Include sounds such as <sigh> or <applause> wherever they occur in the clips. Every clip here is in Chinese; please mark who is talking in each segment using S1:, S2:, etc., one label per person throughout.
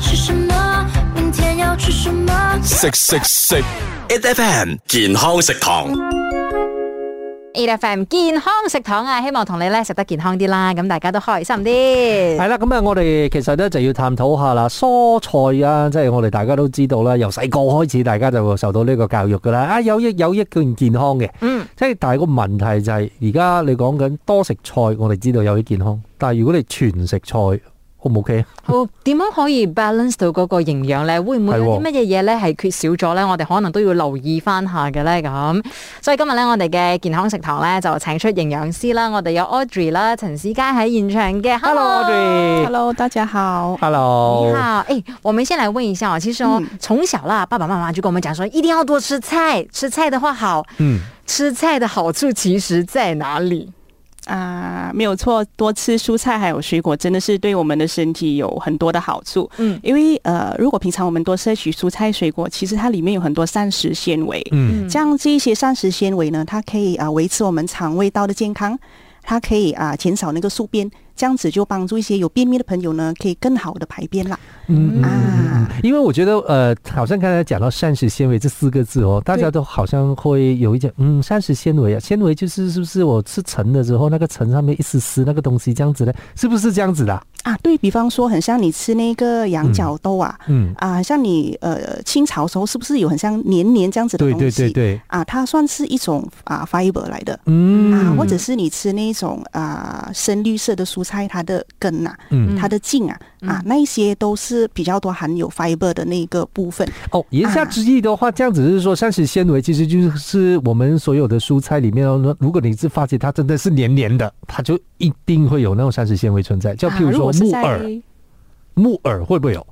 S1: 吃什么，明天要吃什么。
S2: 食食食，it FM 健康食堂。
S3: A F M 健康食堂啊，希望同你咧食得健康啲啦，咁大家都開心啲
S4: 系。啦，咁啊，我哋其實咧就要探討下啦，蔬菜啊，即係我哋大家都知道啦，由細個開始，大家就受到呢個教育噶啦，啊有益有益更健康嘅，
S3: 嗯，
S4: 即係但係個問題就係而家你講緊多食菜，我哋知道有益健康，但係如果你全食菜，O 唔 OK 啊？
S3: 好，哦點樣可以 balance 到嗰個營養咧？會唔會有啲
S4: 係喎
S3: 乜嘢嘢咧係缺少咗咧？我哋可能都要留意翻下嘅咧咁。所以今日咧，我哋嘅健康食堂咧就請出營養師啦，我哋有 Audrey 啦，陳思佳喺現場嘅。
S4: Hello Audrey。
S5: Hello，大家好。
S3: 你
S4: Hello。
S3: 好，哎、我们先来问一下啊，其实
S4: 嗯
S3: 哦，从小啦，爸爸妈妈就跟我们讲说，一定要多吃菜，吃菜的话好，
S4: 嗯，
S3: 吃菜的好处其实在哪里？
S5: 啊、没有错，多吃蔬菜还有水果真的是对我们的身体有很多的好处。
S3: 嗯
S5: 因为呃，如果平常我们多摄取蔬菜水果，其实它里面有很多膳食纤维。
S4: 嗯，
S5: 这样这一些膳食纤维呢，它可以啊、维持我们肠胃道的健康，它可以啊、减少那个宿便，这样子就帮助一些有便秘的朋友呢，可以更好的排便啦。
S4: 嗯嗯嗯
S5: 啊，
S4: 因为我觉得呃，好像刚才讲到膳食纤维这四个字哦，大家都好像会有一点嗯，膳食纤维啊，纤维就是是不是我吃橙的时候，那个橙上面一丝丝那个东西这样子的，是不是这样子的啊、
S5: 啊，对比方说，很像你吃那个羊角豆啊，
S4: 嗯，
S5: 啊，很像你呃清朝时候是不是有很像黏黏这样子的
S4: 对
S5: 东西？
S4: 对对对，
S5: 啊，它算是一种啊 fiber 来的。啊，
S4: 嗯，
S5: 或者是你吃那种啊深绿色的蔬菜，它的根呐、
S4: 嗯
S5: 它的茎啊，啊，那一些都是比较多含有 fiber 的那个部分。
S4: 哦，言下之意的话，这样子是说膳食纤维其实就是我们所有的蔬菜里面哦，那如果你是发现它真的是黏黏的，它就一定会有那种膳食纤维存在，就譬
S5: 啊如
S4: 说
S5: 果是
S4: 木
S5: 在
S4: 耳，木耳会不会有？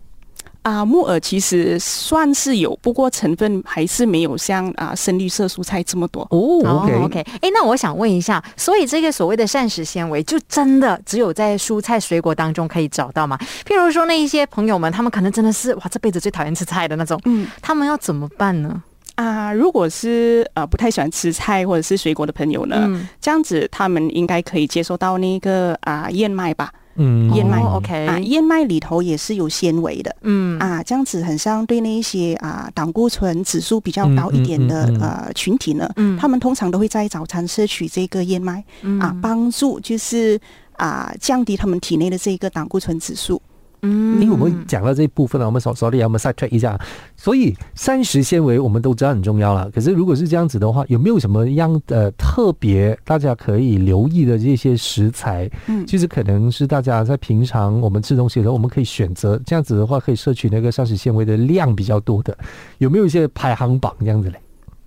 S5: 啊，木耳其实算是有，不过成分还是没有像啊深绿色蔬菜这么多。
S4: 哦
S3: 哦，OK，哎、那我想问一下，所以这个所谓的膳食纤维，就真的只有在蔬菜水果当中可以找到吗？譬如说那一些朋友们，他们可能真的是哇，这辈子最讨厌吃菜的那种，
S5: 嗯
S3: 他们要怎么办呢？
S5: 啊，如果是呃不太喜欢吃菜或者是水果的朋友呢，
S3: 嗯
S5: 这样子他们应该可以接受到那个啊燕麦吧？
S4: 嗯
S5: 燕麦
S3: 哦，OK，、
S5: 啊，燕麦里头也是有纤维的。
S3: 嗯，
S5: 啊，这样子很像对那一些啊胆固醇指数比较高一点的、
S4: 嗯嗯嗯嗯
S5: 呃群体呢，
S3: 嗯
S5: 他们通常都会在早餐摄取这个燕麦、
S4: 嗯
S5: 啊，帮助就是啊降低他们体内的这个胆固醇指数。
S3: 嗯，
S4: 因为我们讲到这一部分了，啊我们稍 sorry，我们 side track 一下。啊所以膳食纤维我们都知道很重要了，可是如果是这样子的话，有没有什么样的呃特别大家可以留意的这些食材？
S5: 嗯
S4: 其实可能是大家在平常我们吃东西的时候，我们可以选择这样子的话，可以摄取那个膳食纤维的量比较多的，有没有一些排行榜这样子嘞？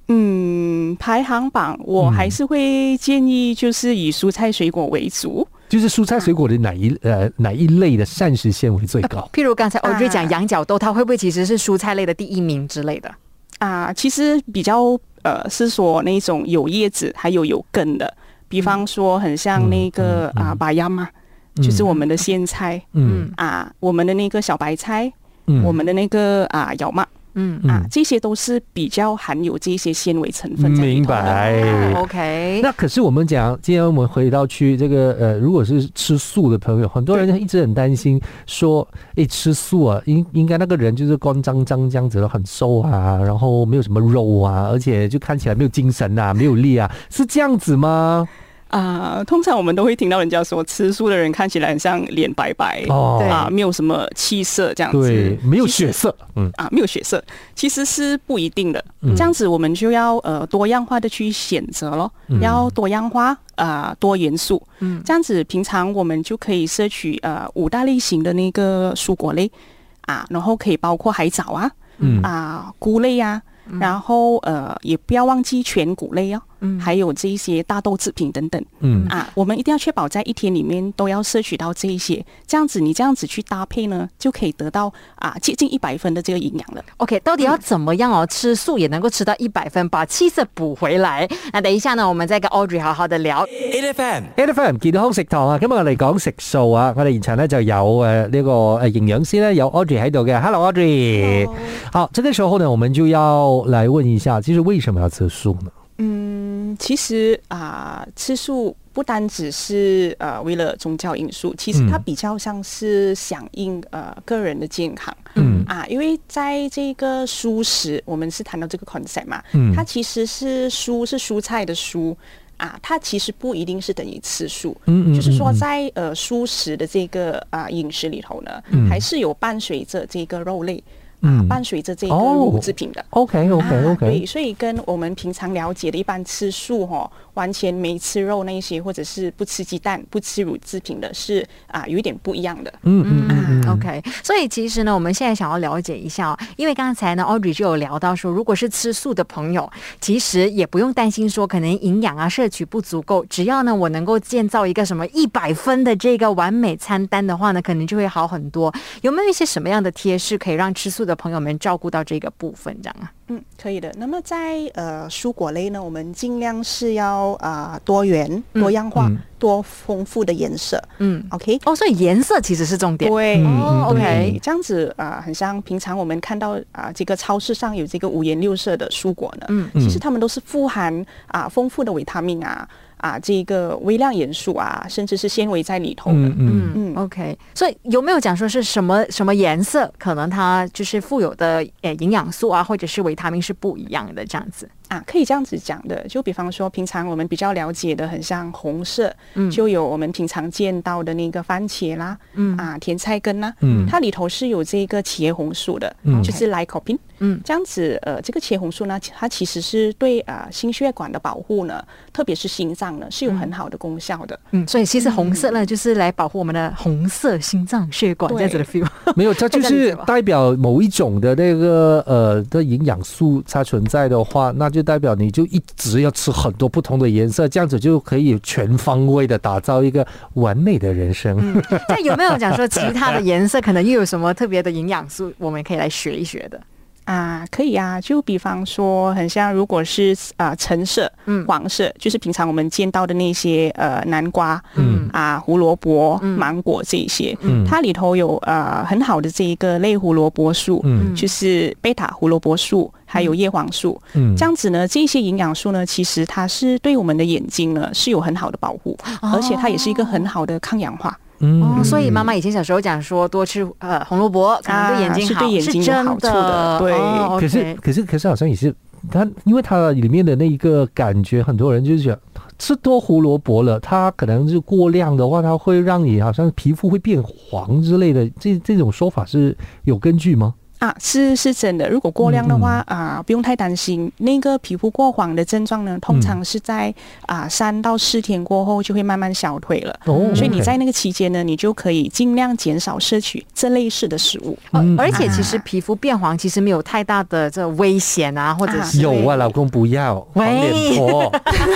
S5: 嗯，排行榜我
S4: 嗯
S5: 还是会建议就是以蔬菜水果为主。
S4: 就是蔬菜水果的哪一呃哪一类的膳食纤维最高？
S3: 譬如刚才 Audrey 讲
S5: 啊
S3: 羊角豆，它会不会其实是蔬菜类的第一名之类的？
S5: 啊，其实比较呃是说那种有叶子还有有根的，比方说很像那个
S4: 嗯嗯嗯嗯
S5: 啊把亚嘛，就是
S4: 嗯
S5: 我们的苋菜
S4: 嗯
S5: 啊，我们的那个小白菜，
S4: 嗯
S5: 我们的那个啊摇麦
S3: 嗯，
S5: 啊
S4: 嗯，
S5: 这些都是比较含有这些纤维成分在里
S4: 明
S5: 头的。
S3: 嗯
S4: 白。
S3: o k
S4: 嗯那可是我们讲，今天我们回到去这个呃，如果是吃素的朋友，很多人一直很担心说，诶，吃素啊，应应该那个人就是光脏脏这样子的，很瘦啊，然后没有什么肉啊，而且就看起来没有精神啊，没有力啊，是这样子吗？
S5: 啊、通常我们都会听到人家说，吃素的人看起来很像脸白白。
S4: 哦，
S3: 对
S5: 啊，没有什么气色这样子，
S4: 对，没有
S5: 其实
S4: 血色，嗯
S5: 啊，没有血色，其实是不一定的。
S4: 嗯
S5: 这样子我们就要呃多样化的去选择咯，
S4: 嗯
S5: 要多样化啊、呃多元素。
S3: 嗯
S5: 这样子平常我们就可以摄取呃五大类型的那个蔬果类啊，然后可以包括海藻啊
S4: 嗯
S5: 啊菇类啊，然后呃也不要忘记全谷类哦，
S3: 嗯
S5: 还有这一些大豆制品等等。
S4: 嗯
S5: 啊，我们一定要确保在一天里面都要摄取到这一些，这样子你这样子去搭配呢，就可以得到啊接近一百分的这个营养了。
S3: OK，到底要怎么样哦？吃素也能够吃到一百分，把气色补回来。那等一下呢，我们再跟 Audrey 好好的聊。
S2: it FM
S4: ，A F M 健康食堂啊，今日我哋講食素啊，我哋現場咧就有誒呢個誒營養師咧有 Audrey 喺度嘅，Hello Audrey。好，这个时候呢，我们就要来问一下，其实为什么要吃素呢？
S5: 嗯，其实啊、吃素。不单只是呃为了宗教因素，其实它
S4: 嗯
S5: 比较像是响应呃个人的健康。
S4: 嗯
S5: 啊，因为在这个蔬食，我们是谈到这个 concept 嘛，
S4: 嗯
S5: 它其实是蔬是蔬菜的蔬啊，它其实不一定是等于吃素，
S4: 嗯嗯
S5: 就是说
S4: 嗯嗯
S5: 在呃蔬食的这个啊饮食里头呢，
S4: 嗯
S5: 还是有伴随着这个肉类，啊
S4: 嗯
S5: 伴随着这个
S4: 哦
S5: 乳制品的。
S4: ，OK OK
S5: 啊，对，
S4: OK，
S5: 所以跟我们平常了解的一般吃素哦，完全没吃肉那一些，或者是不吃鸡蛋、不吃乳制品的是啊，有一点不一样的。
S4: 嗯嗯嗯嗯
S3: OK，所以其实呢，我们现在想要了解一下哦，因为刚才呢，Audrey 就有聊到说，如果是吃素的朋友，其实也不用担心说可能营养啊摄取不足够，只要呢我能够建造一个什么一百分的这个完美餐单的话呢，可能就会好很多。有没有一些什么样的贴士可以让吃素的朋友们照顾到这个部分这样啊？
S5: 嗯，可以的。那么在呃蔬果类呢，我们尽量是要啊、多元、多样化、
S4: 嗯
S5: 多丰富的颜色。
S3: 嗯，
S5: OK，
S3: 哦，所以颜色其实是重点。
S5: 对。
S4: 嗯
S3: 哦
S4: 嗯
S3: ，OK，
S5: 这样子啊、呃很像平常我们看到啊、这个超市上有这个五颜六色的蔬果呢，
S3: 嗯
S5: 其实它们都是富含啊、丰富的维他命啊啊、这个微量元素啊，甚至是纤维在里头的。
S4: 嗯嗯
S3: 嗯，OK，所以有没有讲说是什么什么颜色，可能它就是富有的呃营养素啊，或者是维他命是不一样的这样子？
S5: 啊，可以这样子讲的，就比方说，平常我们比较了解的，很像红色，
S3: 嗯
S5: 就有我们平常见到的那个番茄啦，
S3: 嗯
S5: 啊，甜菜根啦，
S4: 嗯
S5: 它里头是有这个茄红素的，
S4: 嗯
S5: 就是 lycopene，
S3: 嗯
S5: 这样子，呃，这个茄红素呢，它其实是对啊、心血管的保护呢，特别是心脏呢，是有很好的功效的。
S3: 嗯，所以其实红色呢，就是来保护我们的红色心脏血管这样子的 feel。
S4: 没有，它
S3: 这
S4: 就
S3: 样
S4: 是
S3: 子吧
S4: 代表某一种的那个呃的营养素，它存在的话，那就代表你就一直要吃很多不同的颜色，这样子就可以全方位的打造一个完美的人生。
S3: <laughs> 但有没有讲说其他的颜色可能又有什么特别的营养素，我们可以来学一学的？
S5: 啊，可以啊，就比方说，很像如果是啊、橙色、
S3: 嗯
S5: 黄色，就是平常我们见到的那些呃南瓜，
S4: 嗯
S5: 啊胡萝卜、芒果这一些，
S4: 嗯
S5: 它里头有呃很好的这一个类胡萝卜素，
S4: 嗯
S5: 就是贝塔胡萝卜素，还有叶黄素，
S4: 嗯
S5: 这样子呢，这些营养素呢，其实它是对我们的眼睛呢是有很好的保护，
S4: 哦
S5: 而且它也是一个很好的抗氧化。
S4: 嗯
S3: 哦，所以妈妈以前小时候讲说多吃呃红萝卜可能对眼睛好，
S5: 啊是对眼睛有
S3: 真
S5: 好处的对
S3: 哦
S4: 可是
S3: OK
S4: 可是可是好像也是它，因为它里面的那一个感觉，很多人就是讲吃多胡萝卜了，它可能是过量的话，它会让你好像皮肤会变黄之类的，这这种说法是有根据吗？
S5: 啊，是是真的。如果过量的话
S4: 嗯
S5: 啊、不用太担心。那个皮肤过黄的症状
S4: 嗯
S5: 呢，通常是在啊三到四天过后就会慢慢消退了。
S4: 哦，
S5: 所以你
S4: OK
S5: 在那个期间呢，你就可以尽量减少摄取这类似的食物。
S3: 呃
S4: 嗯
S3: 而且其实皮肤变黄其实没有太大的这危险啊，或者
S5: 啊
S3: 是
S4: 有啊，老公不要黄脸婆。
S2: <laughs>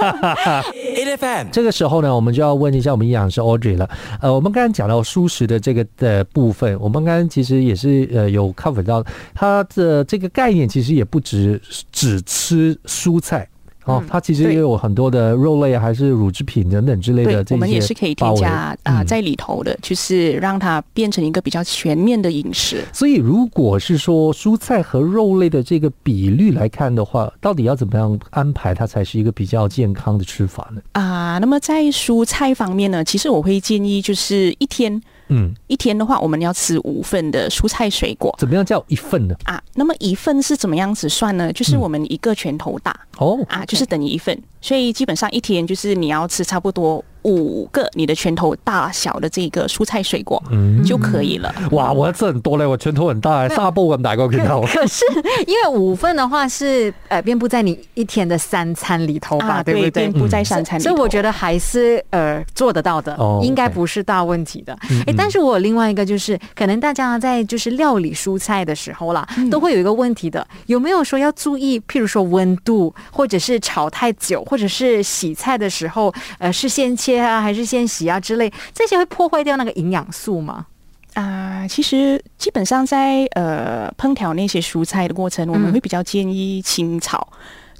S2: A F M
S4: 这个时候呢，我们就要问一下我们营养师 Audrey 了。呃，我们刚刚讲到素食的这个的部分，我们刚刚其实也是呃有 cover 到它的这个概念，其实也不只只吃蔬菜。哦
S3: 嗯，
S4: 它其实也有很多的肉类啊，还是乳制品等等之类的
S5: 对
S4: 这，些
S5: 我们也是可以添
S4: 包
S5: 加啊、
S4: 围嗯
S5: 在里头的，就是让它变成一个比较全面的饮食。
S4: 所以，如果是说蔬菜和肉类的这个比率来看的话，到底要怎么样安排它才是一个比较健康的吃法呢？
S5: 啊，那么在蔬菜方面呢，其实我会建议就是一天
S4: 嗯，
S5: 一天的话，我们要吃五份的蔬菜水果
S4: 怎么样叫一份呢？
S5: 啊。那么一份是怎么样子算呢？
S3: 嗯
S5: 就是我们一个拳头大、
S4: 哦，
S5: 啊，就是等于一份，所以基本上一天就是你要吃差不多五个你的拳头大小的这个蔬菜水果、
S4: 嗯，
S5: 就可以了。
S4: 哇，我吃很多嘞，我拳头很大，沙煲咁大个拳头。
S3: 可是，因为五份的话是呃遍布在你一天的三餐里头吧，
S5: 啊，
S3: 对不对
S5: 遍？布在三餐里头、
S3: 所以我觉得还是呃做得到的，
S4: 哦
S3: 应该
S4: OK
S3: 不是大问题的。哎、
S4: 嗯
S3: 但是我有另外一个就是，可能大家在就是料理蔬菜的时候啦，都会有一个问题的，有没有说要注意，譬如说温度，或者是炒太久，或者是洗菜的时候，呃，是先切啊，还是先洗啊之类，这些会破坏掉那个营养素吗？
S5: 啊、其实基本上在呃烹调那些蔬菜的过程，我们
S3: 嗯
S5: 会比较建议清炒。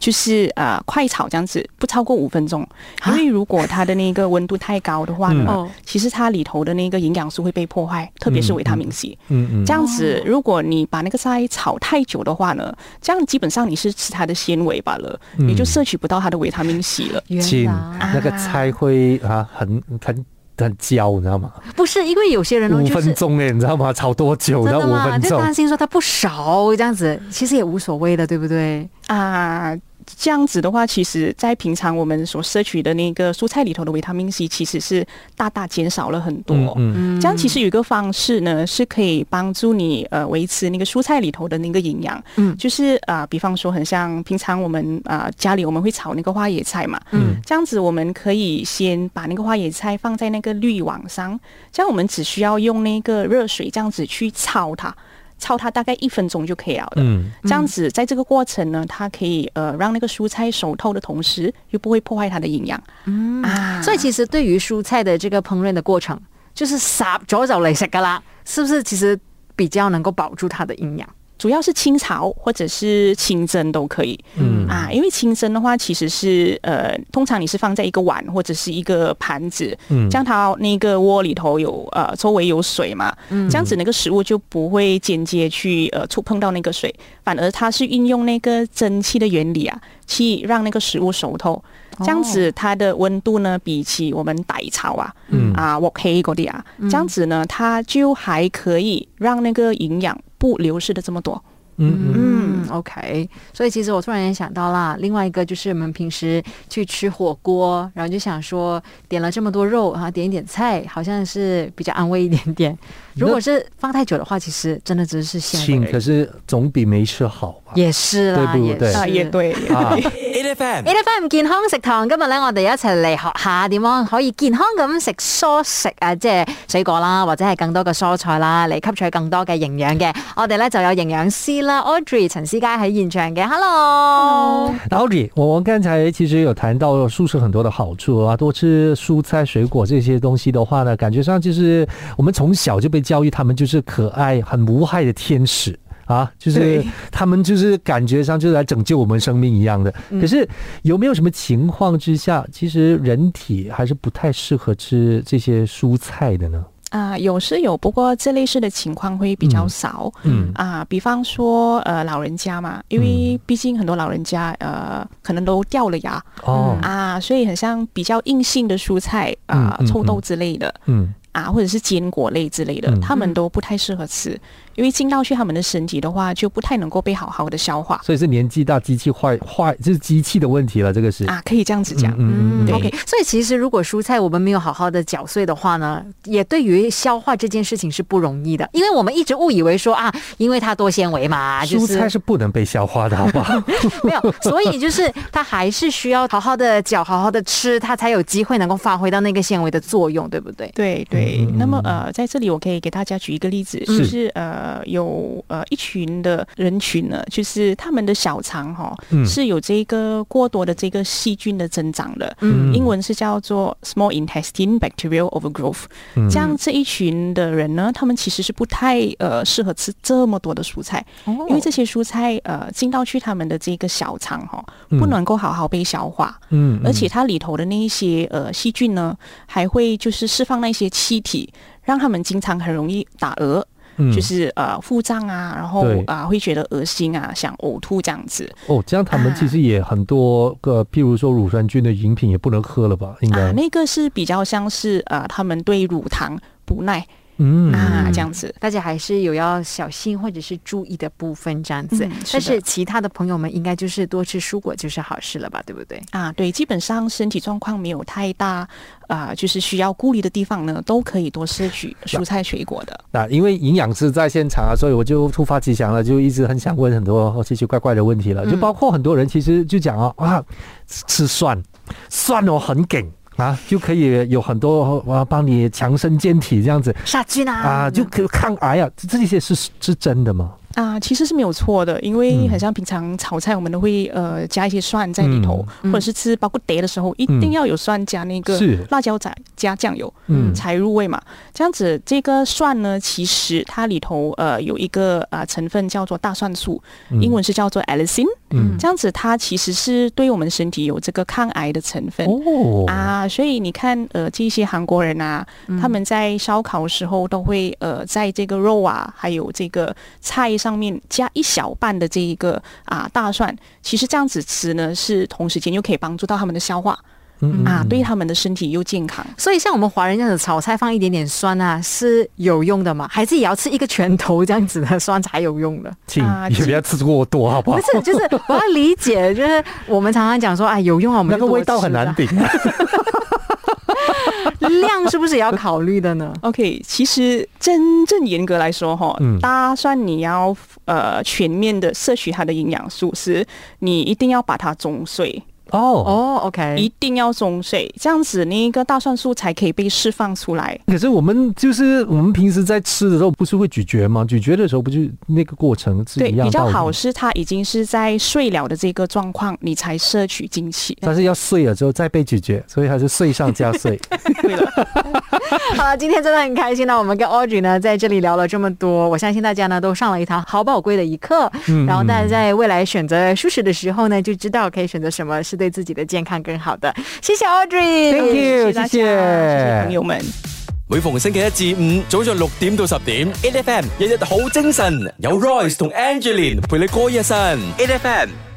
S5: 就是呃快炒这样子，不超过五分钟。因为如果它的那个温度太高的话呢，
S4: 啊嗯
S3: 哦
S5: 其实它里头的那个营养素会被破坏，特别是
S4: 嗯
S5: 维他命 C。
S4: 嗯嗯，
S5: 这样子，如果你把那个菜炒太久的话呢，这样基本上你是吃它的纤维罢了，
S4: 嗯
S5: 你就摄取不到它的维他命 C 了。
S3: 原
S4: 进
S3: 来
S4: 那个菜会啊很很很焦，你知道吗？
S3: 不是因为有些人哦
S4: 五
S3: 就
S4: 分
S3: 是。
S4: 钟哎，你知道吗？炒多久？
S3: 真的
S4: 然后五
S3: 吗？
S4: 分
S3: 就
S4: 钟。
S3: 担心说它不熟这样子，其实也无所谓的，对不对？
S5: 啊，这样子的话，其实，在平常我们所摄取的那个蔬菜里头的维他命 C，其实是大大减少了很多。
S4: 嗯嗯
S5: 这样其实有一个方式呢，是可以帮助你呃维持那个蔬菜里头的那个营养。
S3: 嗯
S5: 就是啊、呃比方说，很像平常我们啊、呃家里我们会炒那个花野菜嘛，
S4: 嗯
S5: 这样子我们可以先把那个花野菜放在那个滤网上，这样我们只需要用那个热水这样子去焯它，焯它大概一分钟就可以了的。
S4: 嗯
S5: 这样子，在这个过程呢，它可以呃让那个蔬菜熟透的同时，又不会破坏它的营养。嗯啊，
S3: 所以其实对于蔬菜的这个烹饪的过程，就是杀咗就嚟食噶啦，是不是？其实比较能够保住它的营养。
S5: 主要是清炒或者是清蒸都可以。
S4: 嗯
S5: 啊，因为清蒸的话，其实是呃，通常你是放在一个碗或者是一个盘子，
S4: 嗯
S5: 这样它那个窝里头有呃周围有水嘛，
S4: 嗯
S5: 这样子那个食物就不会间接去呃触碰到那个水，反而它是运用那个蒸汽的原理啊，去让那个食物熟
S4: 哦
S5: 透。这样子，它的温度呢，比起我们傣炒啊，
S4: 嗯
S5: 啊，wok 黑嗰啲啊，这样子呢，它就还可以让那个营养不流失的这么多。
S4: 嗯嗯
S3: 嗯，OK。所以其实我突然也想到啦，另外一个就是我们平时去吃火锅，然后就想说点了这么多肉啊，点一点菜，好像是比较安慰一点点。如果是放太久的话，其实真的只是鲜
S4: 请
S3: 味而
S4: 可
S3: 已。
S4: 是总比没吃好吧？
S3: 也是啦，
S4: 对不对
S5: 啊，
S3: 也
S5: 也
S3: 是。
S5: 对，也
S4: 啊，
S2: ，A F M
S3: A F M 健康食堂今日咧，我哋一齊嚟學下點樣可以健康咁食蔬食啊，即係水果啦，或者係更多嘅蔬菜啦，嚟吸取更多嘅營養嘅。我哋咧就有營養師啦，Audrey 陳思佳喺現場嘅，Hello。
S4: Audrey，我我刚才其实有谈到素食很多的好处啊，多吃蔬菜水果这些东西的话呢，感觉上就是我们从小就被教育，他们就是可爱、很无害的天使。啊，就是
S5: 对
S4: 他们就是感觉上就是来拯救我们生命一样的。
S5: 嗯
S4: 可是有没有什么情况之下，其实人体还是不太适合吃这些蔬菜的呢？
S5: 啊、有是有，不过这类似的情况会比较少。
S4: 嗯
S5: 啊、比方说呃老人家嘛，因为毕竟很多老人家呃可能都掉了牙
S4: 哦，
S5: 啊，所以很像比较硬性的蔬菜啊、
S4: 嗯嗯
S5: 臭豆
S4: 嗯
S5: 之类的。
S4: 嗯
S5: 啊，或者是坚果类之类的，
S4: 嗯
S5: 他们都不太适合吃，因为进到去他们的身体的话，就不太能够被好好的消化
S4: 所以是年纪大，机器坏坏，就是机器的问题了，这个是。
S5: 啊，可以这样子讲。
S4: 嗯
S5: 对
S3: OK，所以其實如果蔬菜我們沒有好好的嚼碎的話呢，也對於消化這件事情是不容易的，因為我們一直誤以為說啊，因為它多纖維
S5: 啊
S3: 嘛，就
S4: 蔬
S3: 是
S4: 菜是不能被消化
S5: <laughs>
S4: 的，好不好？
S3: <laughs> 没有，所以就是它还是需要好好的嚼，好好的吃，它才有机会能够发挥到那个纤维的作用，对不对？
S5: 对对，
S4: 嗯嗯
S5: 那么
S4: 嗯
S5: 呃，在这里我可以给大家举一个例子，
S4: 是
S5: 就是呃有呃一群的人群呢，就是他们的小肠哈、
S4: 嗯
S5: 是有这个过多的这个细菌的增长的，
S4: 嗯
S5: 英文是叫做 small intestine bacterial overgrowth。
S4: 嗯
S5: 这样这一群的人呢，他们其实是不太呃适合吃这么多的蔬菜，
S3: 哦
S5: 因为这些蔬菜呃进到去他们的这个小肠哈、
S4: 嗯
S5: 不能够好好被消化。
S4: 嗯
S5: 而且它里头的那一些呃细菌呢，还会就是释放那些气体，让他们经常很容易打嗝，
S4: 嗯
S5: 就是呃腹胀啊，然后
S4: 对
S5: 啊、会觉得恶心啊，想呕吐这样子
S4: 哦，这样他们其实也很多个，譬如说乳酸菌的饮品也不能喝了吧？应
S5: 啊，
S4: 该，
S5: 那个是比较像是呃他们对乳糖不耐
S4: 嗯
S5: 啊这样子。
S3: 大家还是有要小心或者是注意的部分，这样子。
S5: 嗯是的
S3: 但是其他的朋友们应该就是多吃蔬果就是好事了吧，对不对？
S5: 啊，对，基本上身体状况没有太大，啊、就是需要顾虑的地方呢，都可以多摄取蔬菜水果的。
S4: 那、因为营养师在现场啊，所以我就突发奇想了，就一直很想问很多奇奇怪怪的问
S5: 嗯
S4: 题了，就包括很多人其实就讲啊啊，吃蒜，蒜哦很梗啊，就可以有很多啊帮你强身健体这样子
S3: 杀菌啊，
S4: 啊，就可抗癌啊，这这些是是真的吗？
S5: 啊，其实是没有错的，因为
S4: 嗯
S5: 很像平常炒菜，我们都会呃加一些蒜在里头，
S3: 嗯
S5: 或者是吃包括碟的时候，一定要有蒜加那个
S4: 嗯是
S5: 辣椒仔加酱油，
S4: 嗯
S5: 才入味嘛。这样子，这个蒜呢，其实它里头呃有一个呃成分叫做大蒜素，英文是叫做 allicin，
S4: 嗯
S5: 这样子它其实是对我们身体有这个抗癌的成分。
S4: 哦，嗯
S5: 啊，所以你看，呃，这些韩国人啊，他们在烧烤的时候都会呃，在这个肉啊，还有这个菜上面加一小半的这一个啊大蒜。其实这样子吃呢，是同时间又可以帮助到他们的消化
S4: 嗯
S5: 啊，对他们的身体又健康。
S3: 所以像我们华人这样子炒菜放一点点酸啊，是有用的嘛？还是也要吃一个拳头这样子的酸才有用的？
S4: 请
S5: 啊
S4: 也不要吃过多，好不好
S3: 不？是，就是我要理解，就是我们常常讲说啊，有用啊，我们
S4: 那个
S3: 就多
S4: 味道很
S3: 吃啊
S4: 难顶。 <laughs>
S3: 量是不是也要考虑的呢？
S5: OK，其实真正严格来说，哈
S4: 嗯，
S5: 大蒜你要呃全面的摄取它的营养素时，你一定要把它中碎，
S4: 哦，
S3: 哦，OK、
S5: 一
S3: o
S5: 定要中碎，这样子那个大蒜素才可以被释放出来。
S4: 可是我们就是我们平时在吃的时候，不是会咀嚼吗？咀嚼的时候不就那个过程是
S5: 对，
S4: 一样
S5: 比较
S4: 道理
S5: 好
S4: 吗？
S5: 是它已经是在碎了的这个状况，你才摄取进去。
S4: 但是要碎了之后再被咀嚼，所以它是碎上加
S5: <laughs>
S4: 碎。
S3: k <laughs> 好了，今天真的很开心呢。我们跟 Audrey 呢在这里聊了这么多，我相信大家呢都上了一堂好宝贵的一课。
S4: 嗯
S3: 然后大家在未来选择舒适的时候呢，就知道可以选择什么是对自己的健康更好的。谢谢 Audrey，
S4: Thank you，
S5: 大家
S4: 谢谢
S5: 谢
S4: 哎
S5: 谢朋友们。
S2: 每逢星期一至五早上六點到十點，A F M 日日好精神，有 Royce 同 Angeline 陪你過一晨，A F M。